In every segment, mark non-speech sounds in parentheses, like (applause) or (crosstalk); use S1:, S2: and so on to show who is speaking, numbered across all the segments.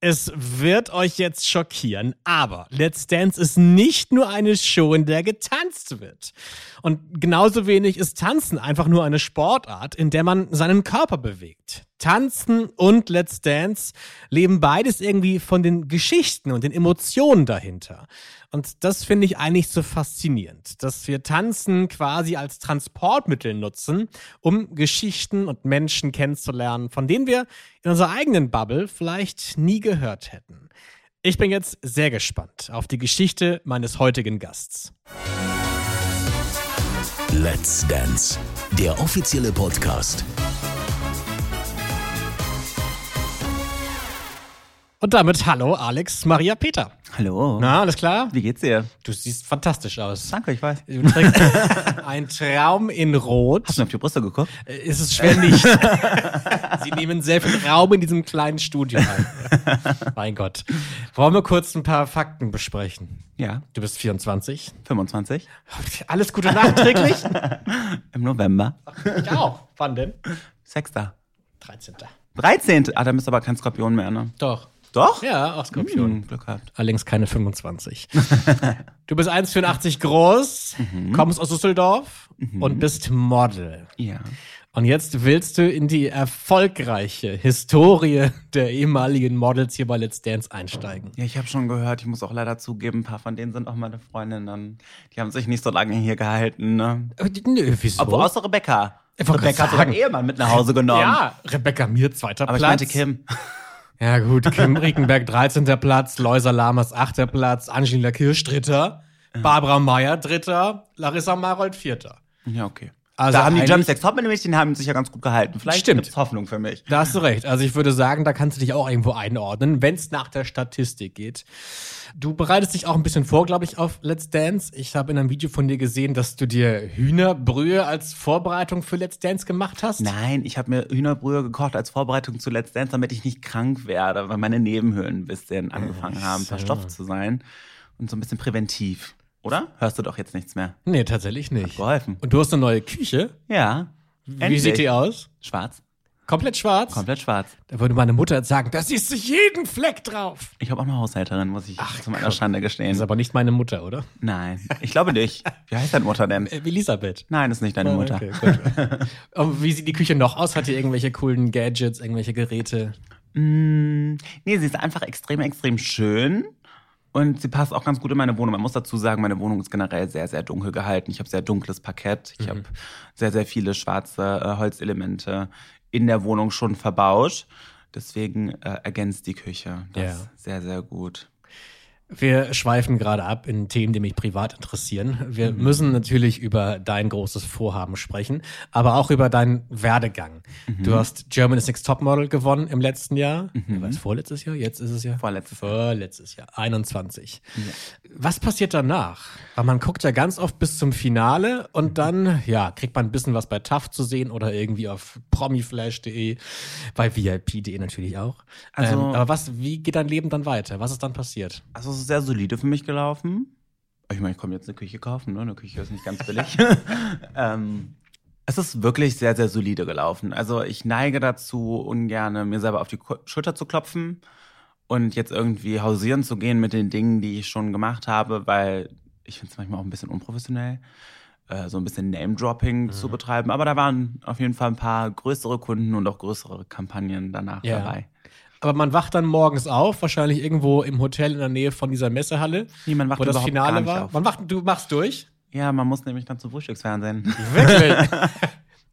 S1: es wird euch jetzt schockieren, aber Let's Dance ist nicht nur eine Show, in der getanzt wird. Und genauso wenig ist Tanzen einfach nur eine Sportart, in der man seinen Körper bewegt. Tanzen und Let's Dance leben beides irgendwie von den Geschichten und den Emotionen dahinter. Und das finde ich eigentlich so faszinierend, dass wir Tanzen quasi als Transportmittel nutzen, um Geschichten und Menschen kennenzulernen, von denen wir in unserer eigenen Bubble vielleicht nie gehört hätten. Ich bin jetzt sehr gespannt auf die Geschichte meines heutigen Gasts.
S2: Let's Dance, der offizielle Podcast.
S1: Und damit hallo Alex Maria Peter.
S3: Hallo.
S1: Na, alles klar?
S3: Wie geht's dir?
S1: Du siehst fantastisch aus.
S3: Danke, ich weiß.
S1: Du trägst ein Traum in Rot.
S3: Hast du mir auf die Brüste geguckt?
S1: Äh, Ist es schwer nicht. (laughs) Sie nehmen sehr viel Raum in diesem kleinen Studio ein. mein Gott. Wollen wir kurz ein paar Fakten besprechen?
S3: Ja.
S1: Du bist 24.
S3: 25.
S1: Alles Gute nachträglich?
S3: Im November.
S1: (laughs) ich auch. Wann denn?
S3: 6.
S1: 13.
S3: 13. Ah, da bist du aber kein Skorpion mehr, ne?
S1: Doch.
S3: Doch? Ja.
S1: Ja, auch Skorpion.
S3: Hm, Glück gehabt.
S1: Allerdings keine (laughs) 25. du bist 1,84 groß, kommst aus Düsseldorf und bist Model.
S3: Ja.
S1: Und jetzt willst du in die erfolgreiche Historie der ehemaligen Models hier bei Let's Dance einsteigen.
S3: Ja, ich habe schon gehört, ich muss auch leider zugeben, ein paar von denen sind auch meine Freundinnen. Die haben sich nicht so lange hier gehalten, ne?
S1: Aber die- Nö, wieso?
S3: Obwohl, außer Rebecca.
S1: Ich wollte
S3: Rebecca
S1: gerade
S3: hat sogar einen
S1: sagen.
S3: Ehemann mit nach Hause genommen.
S1: ja, Rebecca Mir, zweiter
S3: Aber ich
S1: Platz.
S3: meinte Kim.
S1: Ja,
S3: (laughs)
S1: gut, Kim Rickenberg, 13. Platz, Loisa Lamas, 8. Platz, Angela Kirsch, dritter, Barbara Meyer, dritter, Larissa Marold, vierter.
S3: Ja, okay.
S1: Also
S3: da haben die
S1: eigentlich-
S3: Jumpsex Hotman nämlich, den haben sich ja ganz gut gehalten. Vielleicht
S1: Stimmt.
S3: gibt's Hoffnung für mich.
S1: Da hast du recht. Also ich würde sagen, da kannst du dich auch irgendwo einordnen, wenn es nach der Statistik geht. Du bereitest dich auch ein bisschen vor, glaube ich, auf Let's Dance. Ich habe in einem Video von dir gesehen, dass du dir Hühnerbrühe als Vorbereitung für Let's Dance gemacht hast.
S3: Nein, ich habe mir Hühnerbrühe gekocht als Vorbereitung zu Let's Dance, damit ich nicht krank werde, weil meine Nebenhöhlen ein bisschen angefangen haben, verstopft zu sein. Und so ein bisschen präventiv. Oder? Hörst du doch jetzt nichts mehr.
S1: Nee, tatsächlich nicht.
S3: Geholfen.
S1: Und du hast eine neue Küche.
S3: Ja.
S1: Wie sieht die aus?
S3: Schwarz.
S1: Komplett schwarz?
S3: Komplett schwarz.
S1: Da würde meine Mutter jetzt sagen, da siehst du jeden Fleck drauf.
S3: Ich habe auch eine Haushälterin, muss ich zu meiner Schande
S1: Das ist
S3: gestehen.
S1: aber nicht meine Mutter, oder?
S3: Nein, ich glaube nicht. Wie heißt deine Mutter denn?
S1: Äh, Elisabeth.
S3: Nein, ist nicht deine Mutter.
S1: Okay, gut. (laughs) Und wie sieht die Küche noch aus? Hat die irgendwelche coolen Gadgets, irgendwelche Geräte?
S3: Mm, nee, sie ist einfach extrem, extrem schön. Und sie passt auch ganz gut in meine Wohnung. Man muss dazu sagen, meine Wohnung ist generell sehr, sehr dunkel gehalten. Ich habe sehr dunkles Parkett. Ich habe sehr, sehr viele schwarze äh, Holzelemente in der Wohnung schon verbaut. Deswegen äh, ergänzt die Küche das
S1: Ja.
S3: sehr, sehr gut.
S1: Wir schweifen gerade ab in Themen, die mich privat interessieren. Wir müssen natürlich über dein großes Vorhaben sprechen, aber auch über deinen Werdegang. Du hast Germany's Next Topmodel gewonnen im letzten Jahr. Mhm. War es vorletztes Jahr? Jetzt ist es ja?
S3: Vorletztes Jahr.
S1: Vorletztes Jahr, 21. Was passiert danach? Weil man guckt ja ganz oft bis zum Finale
S3: Mhm.
S1: und dann, ja, kriegt man ein bisschen was bei TAF zu sehen oder irgendwie auf promiflash.de, bei VIP.de natürlich auch.
S3: Also-
S1: ähm, aber was, wie geht dein Leben dann weiter? Was ist dann passiert?
S3: Also es ist sehr solide für mich gelaufen. Ich meine, ich komme jetzt eine Küche kaufen, ne? Eine Küche ist nicht ganz
S1: (laughs)
S3: billig. ähm, es ist wirklich sehr, sehr solide gelaufen. Also ich neige dazu, ungern mir selber auf die Ko- Schulter zu klopfen und jetzt irgendwie hausieren zu gehen mit den Dingen, die ich schon gemacht habe, weil ich finde es manchmal auch ein bisschen unprofessionell, äh, so ein bisschen
S1: Mhm.
S3: Name-Dropping zu betreiben. Aber da waren auf jeden Fall ein paar größere Kunden und auch größere Kampagnen danach
S1: Ja.
S3: dabei.
S1: Aber man wacht dann morgens auf, wahrscheinlich irgendwo im Hotel in der Nähe von dieser Messehalle,
S3: Nee, man wacht
S1: wo das
S3: überhaupt gar
S1: Finale
S3: nicht
S1: war.
S3: auf.
S1: Man wacht, du machst durch.
S3: Ja, man muss nämlich dann zum Frühstücksfernsehen.
S1: (laughs)
S3: (laughs)
S1: Wirklich.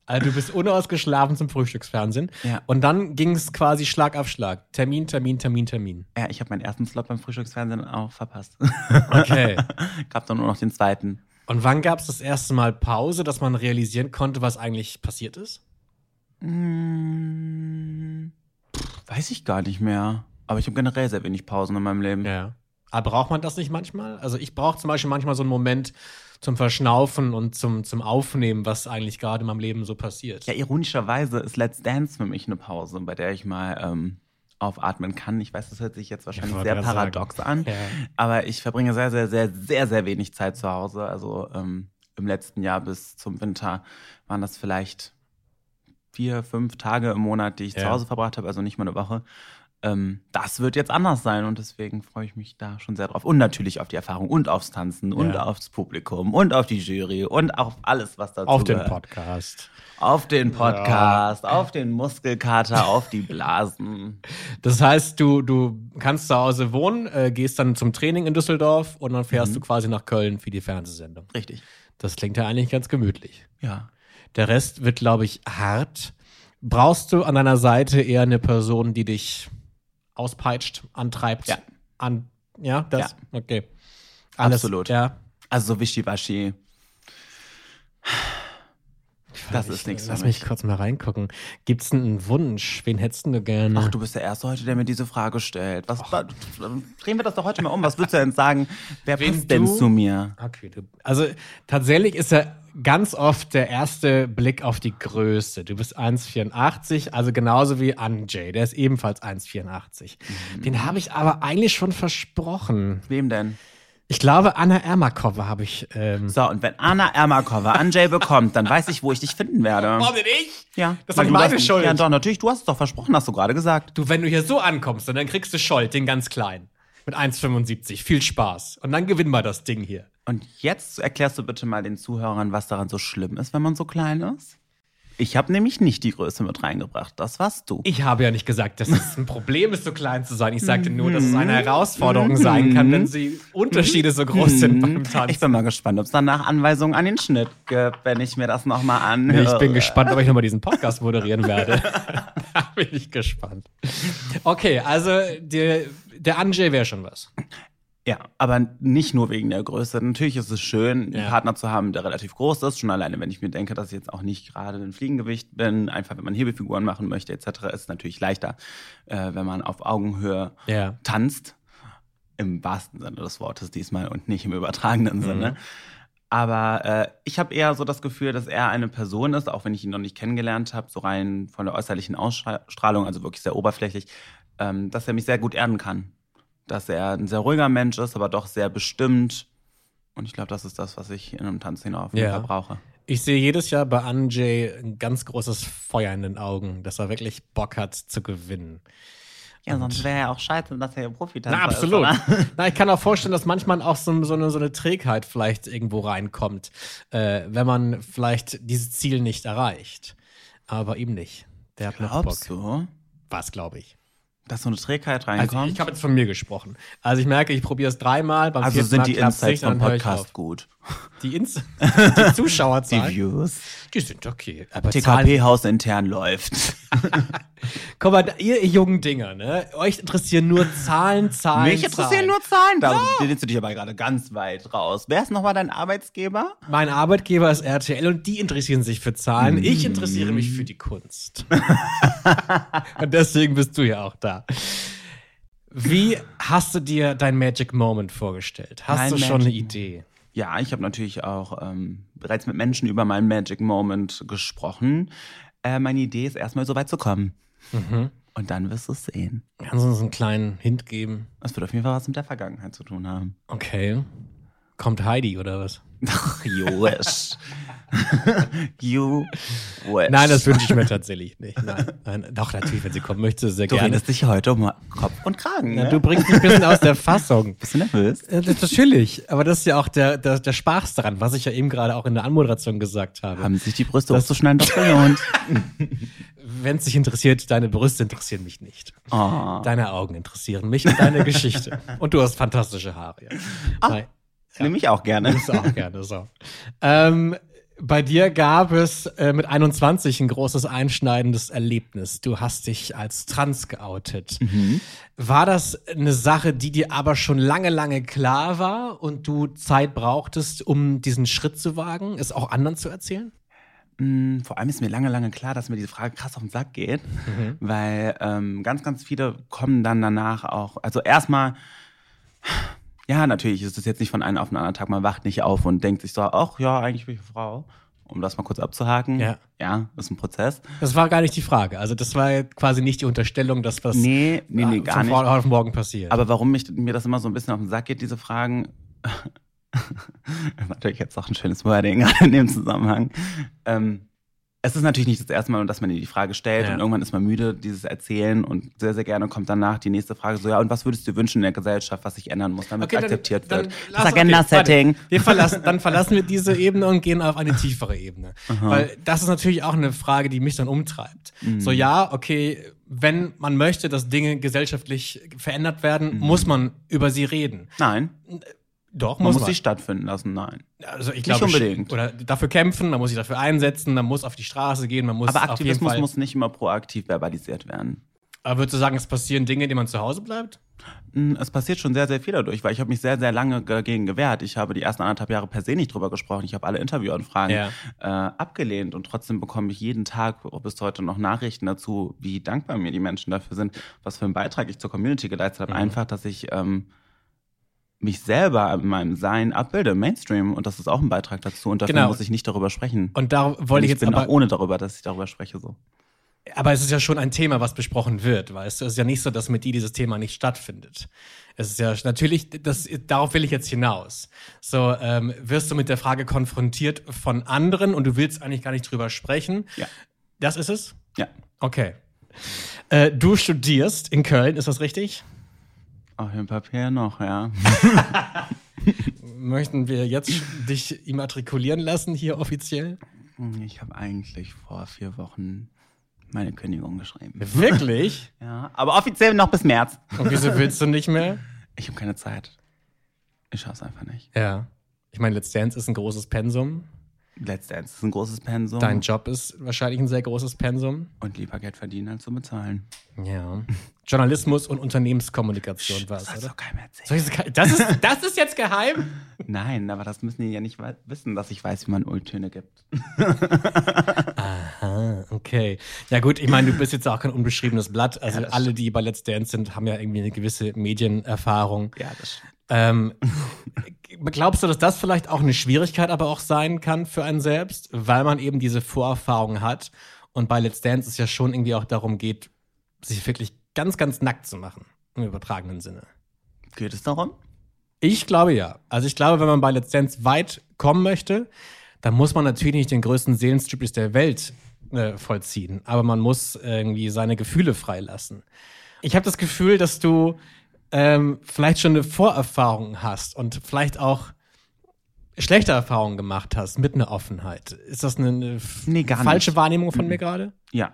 S1: also du bist unausgeschlafen zum Frühstücksfernsehen.
S3: Ja.
S1: Und dann ging es quasi Schlag auf Schlag. Termin, Termin, Termin, Termin.
S3: Ja, ich habe meinen ersten Slot beim Frühstücksfernsehen auch verpasst. (laughs)
S1: (laughs) Okay.
S3: Gab dann nur noch den zweiten.
S1: Und wann gab es das erste Mal Pause, dass man realisieren konnte, was eigentlich passiert ist? Mm.
S3: Hm, pff, weiß ich gar nicht mehr. Aber ich habe generell sehr wenig Pausen in meinem Leben.
S1: Ja. Aber Ah, braucht man das nicht manchmal? Also ich brauche zum Beispiel manchmal so einen Moment zum Verschnaufen und zum, zum Aufnehmen, was eigentlich gerade in meinem Leben so passiert.
S3: Ja, ironischerweise ist Let's Dance für mich eine Pause, bei der ich mal ähm, aufatmen kann. Ich weiß, das hört sich jetzt wahrscheinlich
S1: wollte
S3: sehr
S1: gerade sagen.
S3: paradox an,
S1: Ja.
S3: aber ich verbringe sehr, sehr, sehr, sehr, sehr wenig Zeit zu Hause. Also ähm, im letzten Jahr bis zum Winter waren das vielleicht vier, fünf Tage im Monat, die ich
S1: Ja.
S3: zu Hause verbracht habe, also nicht mal eine Woche. ähm, das wird jetzt anders sein und deswegen freue ich mich da schon sehr drauf. Und natürlich auf die Erfahrung und aufs Tanzen und
S1: Ja.
S3: aufs Publikum und auf die Jury und auf alles, was dazu
S1: Auf den
S3: gehört.
S1: Podcast.
S3: Auf den Podcast, auf den Muskelkater, auf die Blasen.
S1: Das heißt, du, du kannst zu Hause wohnen, äh, gehst dann zum Training in Düsseldorf und dann fährst du quasi nach Köln für die Fernsehsendung.
S3: Richtig.
S1: Das klingt ja eigentlich ganz gemütlich.
S3: Ja.
S1: Der Rest wird, glaube ich, hart. Brauchst du an deiner Seite eher eine Person, die dich auspeitscht, antreibt?
S3: Ja.
S1: An, ja, das?
S3: Ja.
S1: Okay. Alles,
S3: Absolut.
S1: Ja.
S3: Also so wischiwaschi. Das ist nichts für
S1: Lass
S3: mich.
S1: mich kurz mal reingucken. Gibt's denn einen Wunsch? Wen hättest denn du gerne?
S3: Ach, du bist der Erste heute, der mir diese Frage stellt. Was, wa- drehen wir das doch heute mal um. Was würdest du denn sagen? Wer
S1: Wen
S3: passt denn
S1: du-
S3: zu mir?
S1: Okay, du, also tatsächlich ist ja ganz oft der erste Blick auf die Größe. Du bist 1,84, also genauso wie Anjay, der ist ebenfalls 1,84.
S3: Mhm.
S1: Den habe ich aber eigentlich schon versprochen.
S3: Wem denn?
S1: Ich glaube, Anna Ermakova habe ich. Ähm,
S3: So, und wenn Anna Ermakova Anjay bekommt, dann weiß ich, wo ich dich finden werde.
S1: denn ich?
S3: Ja,
S1: Das war
S3: weil
S1: nicht
S3: du
S1: meine
S3: hast-
S1: Schuld.
S3: Ja, doch, natürlich. Du hast es doch versprochen, hast du gerade gesagt.
S1: Du, wenn du hier so ankommst, dann kriegst du Scholt, den ganz kleinen. Mit 1,75. Viel Spaß. Und dann gewinnen wir das Ding hier.
S3: Und jetzt erklärst du bitte mal den Zuhörern, was daran so schlimm ist, wenn man so klein ist. Ich habe nämlich nicht die Größe mit reingebracht. Das warst du.
S1: Ich habe ja nicht gesagt, dass es ein Problem ist, so klein zu sein. Ich sagte nur, dass es eine Herausforderung sein kann, wenn die Unterschiede so groß sind beim
S3: Ich
S1: Tanzen.
S3: bin mal gespannt, ob es danach Anweisungen an den Schnitt gibt, wenn ich mir das nochmal anhöre.
S1: Ich (laughs) bin gespannt, ob ich nochmal diesen Podcast moderieren werde. (laughs) da bin ich gespannt. Okay, also der, der Anjay wäre schon was.
S3: Ja, aber nicht nur wegen der Größe. Natürlich ist es schön, einen
S1: Ja.
S3: Partner zu haben, der relativ groß ist. Schon alleine, wenn ich mir denke, dass ich jetzt auch nicht gerade ein Fliegengewicht bin. Einfach, wenn man Hebefiguren machen möchte, etc., ist es natürlich leichter, äh, wenn man auf Augenhöhe
S1: Ja.
S3: tanzt. Im wahrsten Sinne des Wortes diesmal und nicht im übertragenen Sinne. Aber äh, ich habe eher so das Gefühl, dass er eine Person ist, auch wenn ich ihn noch nicht kennengelernt habe, so rein von der äußerlichen Ausstrahlung, also wirklich sehr oberflächlich, ähm, dass er mich sehr gut erden kann. Dass er ein sehr ruhiger Mensch ist, aber doch sehr bestimmt. Und ich glaube, das ist das, was ich in einem Tanzszene auf jeden
S1: Ja.
S3: Fall brauche.
S1: Ich sehe jedes Jahr bei Anjay ein ganz großes Feuer in den Augen, dass er wirklich Bock hat zu gewinnen.
S3: Ja, sonst wäre ja auch scheiße, dass er ja Profitanzer
S1: Na, absolut. (laughs) Na, ich kann auch vorstellen, dass manchmal auch so, so, eine, so eine Trägheit vielleicht irgendwo reinkommt, äh, wenn man vielleicht dieses Ziel nicht erreicht. Aber ihm nicht. Der hat noch Bock.
S3: Glaubst du,
S1: Was, glaube ich.
S3: dass so eine Trägheit reinkommt?
S1: Also, ich habe jetzt von mir gesprochen. Also, ich merke, ich probiere es dreimal. Beim
S3: Also
S1: vierten
S3: sind
S1: Mal
S3: die
S1: klappt's
S3: Insights
S1: nicht,
S3: vom
S1: dann hör ich
S3: Podcast
S1: auf.
S3: gut.
S1: Die,
S3: (laughs)
S1: Ins die
S3: Die
S1: Zuschauerzahl, die,
S3: Views.
S1: sind okay. Aber Zahlen,
S3: TKP-Haus intern läuft.
S1: guck mal, ihr jungen Dinger, ne? Euch interessieren
S3: (laughs)
S1: nur Zahlen, Zahlen,
S3: Mich interessieren
S1: Zahlen.
S3: nur Zahlen. Da lehnst du dich aber gerade ganz weit raus. Wer ist nochmal dein Arbeitsgeber?
S1: Mein Arbeitgeber ist RTL und die interessieren sich für Zahlen. Ich interessiere mich für die
S3: (laughs)
S1: Kunst. und deswegen bist du ja auch da. Wie hast du dir dein Magic Moment vorgestellt? Hast
S3: Mein
S1: du schon
S3: Magic
S1: eine Idee?
S3: Ja, ich habe natürlich auch ähm, bereits mit Menschen über meinen Magic Moment gesprochen. Äh, meine Idee ist erstmal so weit zu kommen.
S1: Mhm.
S3: Und dann wirst du es sehen.
S1: Kannst du uns einen kleinen Hint geben?
S3: Das wird auf jeden Fall was mit der Vergangenheit zu tun haben.
S1: Okay. Kommt Heidi oder was?
S3: Ach, you (laughs) wish. you wish.
S1: Nein, das wünsche ich mir tatsächlich nicht. Nein, nein. Doch, natürlich, wenn sie kommen möchte, sehr
S3: du
S1: gerne.
S3: redest dich heute um Kopf und Kragen.
S1: Na,
S3: Ne?
S1: du bringst mich ein bisschen aus der Fassung.
S3: bist du nervös?
S1: Ja, Äh, das- Natürlich, aber das ist ja auch der, der, der Spaß daran, was ich ja eben gerade auch in der Anmoderation gesagt habe.
S3: Haben sich die Brüste hochzuschneiden doch gelohnt.
S1: Wenn es dich interessiert, deine Brüste interessieren mich nicht.
S3: Oh.
S1: Deine Augen interessieren mich und deine Geschichte. Und du hast fantastische Haare. Ja. Nein,
S3: Nehme ich auch gerne.
S1: das auch gerne so. Ähm, bei dir gab es äh, mit 21 ein großes einschneidendes Erlebnis. Du hast dich als trans geoutet.
S3: Mhm.
S1: War das eine Sache, die dir aber schon lange, lange klar war und du Zeit brauchtest, um diesen Schritt zu wagen, es auch anderen zu erzählen?
S3: Mm, Vor allem ist mir lange, lange klar, dass mir diese Frage krass auf den Sack geht, weil ähm, ganz, ganz viele kommen dann danach auch. Also erstmal, ja, natürlich ist es jetzt nicht von einem auf den anderen Tag. Man wacht nicht auf und denkt sich so, ach ja, eigentlich bin ich eine Frau. Um das mal kurz abzuhaken.
S1: Ja.
S3: Ja, ist ein Prozess.
S1: Das war gar nicht die Frage. Also das war quasi nicht die Unterstellung, dass was
S3: Nee, nee, nee,
S1: äh,
S3: gar
S1: von
S3: nicht.
S1: vorne auf morgen passiert.
S3: Aber warum mich, mir das immer so ein bisschen auf den Sack geht, diese Fragen, (laughs) (laughs) ist natürlich jetzt auch ein schönes Wording in dem Zusammenhang. Ähm, es ist natürlich nicht das erste Mal, dass man ihr die Frage stellt
S1: Ja.
S3: und irgendwann ist man müde, dieses Erzählen und sehr, sehr gerne kommt danach die nächste Frage so, ja, und was würdest du dir wünschen in der Gesellschaft, was sich ändern muss, damit es akzeptiert wird?
S1: lass-
S3: das Agenda-Setting.
S1: Okay, warte. wir verlassen, dann verlassen wir diese Ebene und gehen auf eine tiefere Ebene. Weil das ist natürlich auch eine Frage, die mich dann umtreibt.
S3: Mhm.
S1: So, ja, okay, wenn man möchte, dass Dinge gesellschaftlich verändert
S3: Mhm.
S1: werden, muss man über sie reden.
S3: Nein,
S1: Doch,
S3: man
S1: muss
S3: muss
S1: man.
S3: sie stattfinden lassen, nein.
S1: also ich glaube,
S3: unbedingt.
S1: Oder dafür kämpfen, man muss sich dafür einsetzen, man muss auf die Straße gehen, man muss
S3: Aber
S1: auf jeden
S3: Aktivismus
S1: Fall.
S3: muss nicht immer proaktiv verbalisiert werden.
S1: aber würdest du sagen, es passieren Dinge, indem man zu Hause bleibt?
S3: Mm, Es passiert schon sehr, sehr viel dadurch, weil ich habe mich sehr, sehr lange dagegen gewehrt. Ich habe die ersten anderthalb Jahre per se nicht drüber gesprochen. Ich habe alle Interviewanfragen
S1: Ja.
S3: äh, abgelehnt und trotzdem bekomme ich jeden Tag bis heute noch Nachrichten dazu, wie dankbar mir die Menschen dafür sind, was für einen Beitrag ich zur Community geleistet
S1: Mhm.
S3: habe. Einfach, dass ich ähm, mich selber in meinem Sein abbilde im Mainstream und das ist auch ein Beitrag dazu und dafür
S1: Genau.
S3: muss ich nicht darüber sprechen.
S1: Und da wollte ich jetzt
S3: bin
S1: aber
S3: auch ohne darüber, dass ich darüber spreche so.
S1: Aber es ist ja schon ein Thema, was besprochen wird, weißt du? Es ist ja nicht so, dass mit dir dieses Thema nicht stattfindet. Es ist ja natürlich, das, darauf will ich jetzt hinaus. So ähm, wirst du mit der Frage konfrontiert von anderen und du willst eigentlich gar nicht drüber sprechen.
S3: Ja.
S1: Das ist es?
S3: Ja.
S1: Okay. Äh, du studierst in Köln, ist das richtig?
S3: Auf dem Papier noch, ja.
S1: Möchten wir jetzt dich immatrikulieren lassen hier offiziell?
S3: Hm, Ich habe eigentlich vor vier Wochen meine Kündigung geschrieben.
S1: Wirklich?
S3: Ja, aber offiziell noch bis März.
S1: Und wieso willst du nicht mehr?
S3: Ich habe keine Zeit. Ich schaff's einfach nicht.
S1: Ja. Ich meine, Let's Dance ist ein großes Pensum.
S3: Let's Dance ist ein großes Pensum.
S1: Dein Job ist wahrscheinlich ein sehr großes Pensum.
S3: Und lieber Geld verdienen als zu bezahlen.
S1: Ja. Journalismus und Unternehmenskommunikation war es,
S3: Das
S1: oder?
S3: doch keinem erzählen.
S1: Soll ich das, ge- das, ist, das ist jetzt geheim?
S3: Nein, aber das müssen die ja nicht wei- wissen, dass ich weiß, wie man Öltöne gibt.
S1: (laughs) Ah, okay. Ja gut, ich meine, du bist jetzt auch kein unbeschriebenes Blatt. Also alle, die bei Let's Dance sind, haben ja irgendwie eine gewisse Medienerfahrung.
S3: Ja, das stimmt.
S1: (laughs) Ähm, glaubst du, dass das vielleicht auch eine Schwierigkeit aber auch sein kann für einen selbst, weil man eben diese Vorerfahrung hat und bei Let's Dance es ja schon irgendwie auch darum geht, sich wirklich ganz, ganz nackt zu machen, im übertragenen Sinne.
S3: Geht es darum?
S1: Ich glaube ja. Also ich glaube, wenn man bei Let's Dance weit kommen möchte, dann muss man natürlich nicht den größten Seelenstriptease der Welt äh, vollziehen, aber man muss irgendwie seine Gefühle freilassen. Ich habe das Gefühl, dass du ähm, vielleicht schon eine Vorerfahrung hast und vielleicht auch schlechte Erfahrungen gemacht hast mit einer Offenheit. Ist das eine, eine f-
S3: Nee, gar nicht. Mhm.
S1: falsche Wahrnehmung von mir gerade?
S3: Ja.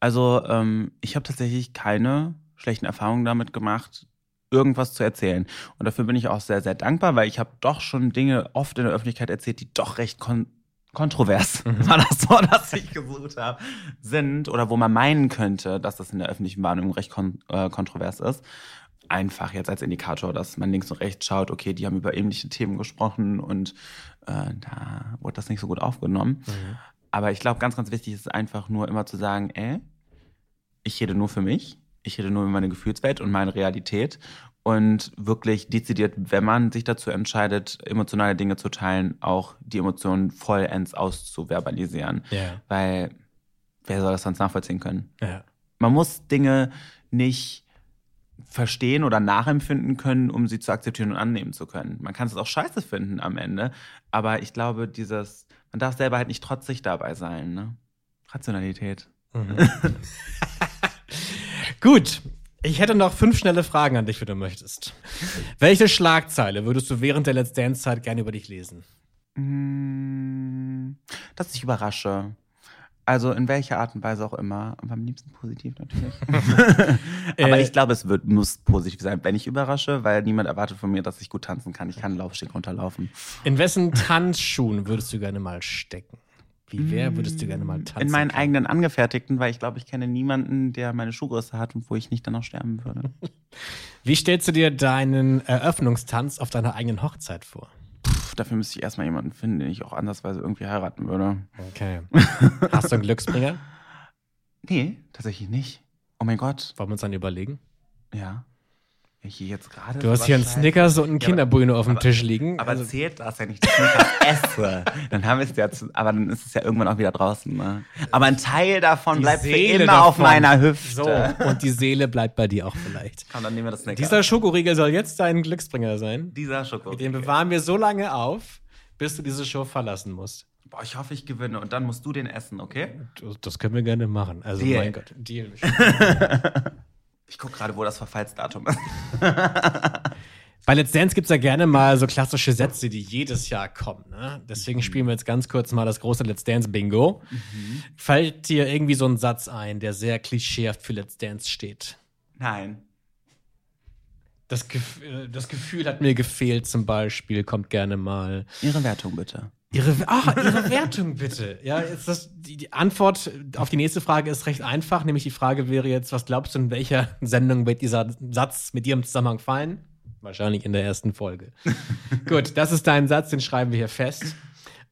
S3: Also, ähm, ich habe tatsächlich keine schlechten Erfahrungen damit gemacht, irgendwas zu erzählen. Und dafür bin ich auch sehr, sehr dankbar, weil ich habe doch schon Dinge oft in der Öffentlichkeit erzählt, die doch recht kon kontrovers, (laughs) war das Wort, das ich gesucht habe, sind oder wo man meinen könnte, dass das in der öffentlichen Wahrnehmung recht kon äh, kontrovers ist. Einfach jetzt als Indikator, dass man links und rechts schaut, okay, die haben über ähnliche Themen gesprochen und äh, da wurde das nicht so gut aufgenommen. Aber ich glaube, ganz, ganz wichtig ist einfach nur immer zu sagen, ey, ich rede nur für mich, ich rede nur über meine Gefühlswelt und meine Realität. Und wirklich dezidiert, wenn man sich dazu entscheidet, emotionale Dinge zu teilen, auch die Emotionen vollends auszuverbalisieren.
S1: Ja.
S3: Weil wer soll das sonst nachvollziehen können?
S1: ja.
S3: Man muss Dinge nicht verstehen oder nachempfinden können, um sie zu akzeptieren und annehmen zu können. Man kann es auch scheiße finden am Ende, aber ich glaube, dieses, man darf selber halt nicht trotzig dabei sein, ne? Rationalität.
S1: Gut. Ich hätte noch fünf schnelle Fragen an dich, wenn du möchtest. Welche Schlagzeile würdest du während der Let's Dance-Zeit gerne über dich lesen?
S3: Mm, Dass ich überrasche. Also in welcher Art und Weise auch immer. Aber am liebsten positiv natürlich. aber
S1: Äh,
S3: ich glaube, es wird, muss positiv sein, wenn ich überrasche, weil niemand erwartet von mir, dass ich gut tanzen kann. Ich kann Laufsteg runterlaufen.
S1: In
S3: (laughs)
S1: wessen Tanzschuhen würdest du gerne mal stecken? Wie wer würdest du gerne mal tanzen?
S3: Mm, In meinen
S1: können?
S3: eigenen angefertigten, weil ich glaube, ich kenne niemanden, der meine Schuhgröße hat und wo ich nicht danach
S1: (laughs)
S3: sterben würde.
S1: Wie stellst du dir deinen Eröffnungstanz auf deiner eigenen Hochzeit vor?
S3: Pff, dafür müsste ich erstmal jemanden finden, den ich auch andersweise irgendwie heiraten würde. (laughs)
S1: Okay. Hast du einen Glücksbringer?
S3: Nee, tatsächlich nicht. Oh mein Gott.
S1: Wollen wir uns dann überlegen?
S3: Ja. Wenn Ich hier jetzt gerade.
S1: Du hast hier einen
S3: sowas
S1: Snickers und einen
S3: Ja, aber-
S1: Kinderbueno auf dem
S3: aber-
S1: Tisch liegen.
S3: Aber
S1: also,
S3: zählt das ja nicht, dass ich Snickers
S1: (laughs)
S3: esse. Dann haben wir es ja, zu, aber dann ist es ja irgendwann auch wieder draußen. Ne? Aber ein Teil davon
S1: die
S3: bleibt für
S1: Seele
S3: immer
S1: davon.
S3: auf meiner Hüfte.
S1: So, und die Seele bleibt bei dir auch
S3: (laughs)
S1: vielleicht.
S3: Komm, dann nehmen wir das Snickers.
S1: Dieser Schokoriegel soll jetzt dein Glücksbringer sein.
S3: dieser Schoko.
S1: Den bewahren wir so lange auf, bis du diese Show verlassen musst.
S3: Boah, ich hoffe, ich gewinne. Und dann musst du den essen, okay?
S1: Das- Das können wir gerne machen. Also,
S3: Deal.
S1: mein Gott, Deal.
S3: Ich gucke gerade, wo das Verfallsdatum ist. (laughs)
S1: Bei Let's Dance gibt es ja gerne mal so klassische Sätze, die jedes Jahr kommen. Ne? Deswegen spielen wir jetzt ganz kurz mal das große Let's Dance Bingo. Mhm. Fällt dir irgendwie so ein Satz ein, der sehr klischeehaft für Let's Dance steht?
S3: Nein.
S1: Das, Gef äh, das Gefühl hat mir gefehlt, zum Beispiel, kommt gerne mal.
S3: Ihre Wertung bitte.
S1: Ihre, ah, Ihre Wertung bitte. Ja, jetzt das, die, die Antwort auf die nächste Frage ist recht einfach, nämlich die Frage wäre jetzt, was glaubst du, in welcher Sendung wird dieser Satz mit dir im Zusammenhang fallen? Wahrscheinlich in der ersten Folge. Gut, das ist dein Satz, den schreiben wir hier fest.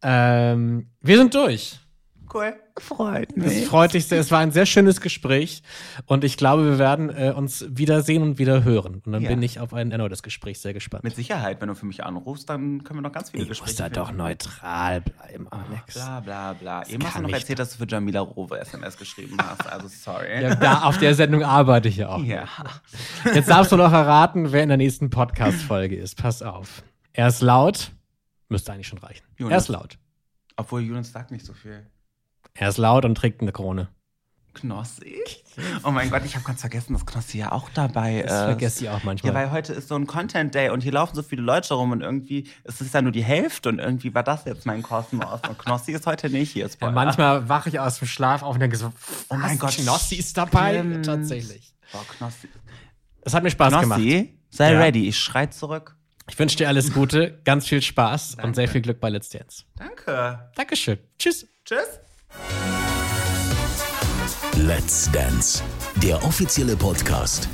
S1: Ähm, wir sind durch.
S3: Cool. Freut
S1: Es
S3: mich.
S1: freut dich sehr. Es war ein sehr schönes Gespräch und ich glaube, wir werden äh, uns wiedersehen und wieder hören. Und dann
S3: Ja.
S1: bin ich auf ein erneutes Gespräch sehr gespannt.
S3: Mit Sicherheit, wenn du für mich anrufst, dann können wir noch ganz viele
S1: du
S3: Gespräche
S1: musst da doch
S3: führen.
S1: neutral bleiben, Alex.
S3: Bla bla bla. Eben hast du
S1: kann
S3: noch
S1: nicht
S3: erzählt, dass du für Jamila Rowe SMS geschrieben hast. Also sorry.
S1: Ja, da, auf der Sendung arbeite ich ja auch.
S3: (laughs) Ja.
S1: Jetzt darfst du noch erraten, wer in der nächsten Podcast-Folge ist. Pass auf. Er ist laut. Müsste eigentlich schon reichen.
S3: Jonas.
S1: Er ist laut.
S3: Obwohl Jonas sagt nicht so viel.
S1: Er ist laut und trägt eine Krone.
S3: Knossi? Oh mein Gott, ich habe ganz vergessen, dass Knossi ja auch dabei ist.
S1: Das vergesse ich auch manchmal.
S3: Ja, weil heute ist so ein Content Day und hier laufen so viele Leute rum und irgendwie ist es ja nur die Hälfte und irgendwie war das jetzt mein Kosmos. Und Knossi ist heute nicht hier.
S1: Ja,
S3: Spoiler.
S1: manchmal wache ich aus dem Schlaf auf und denke so,
S3: Oh
S1: was,
S3: mein Gott,
S1: Knossi ist dabei.
S3: stimmt.
S1: Tatsächlich.
S3: Boah, Knossi.
S1: Es hat mir Spaß gemacht.
S3: Knossi, sei
S1: Ja.
S3: ready. Ich schrei zurück.
S1: Ich wünsche dir alles Gute, ganz viel Spaß und sehr viel Glück bei Let's Dance.
S3: Danke.
S1: Dankeschön. Tschüss.
S3: Tschüss.
S2: Let's Dance, der offizielle Podcast.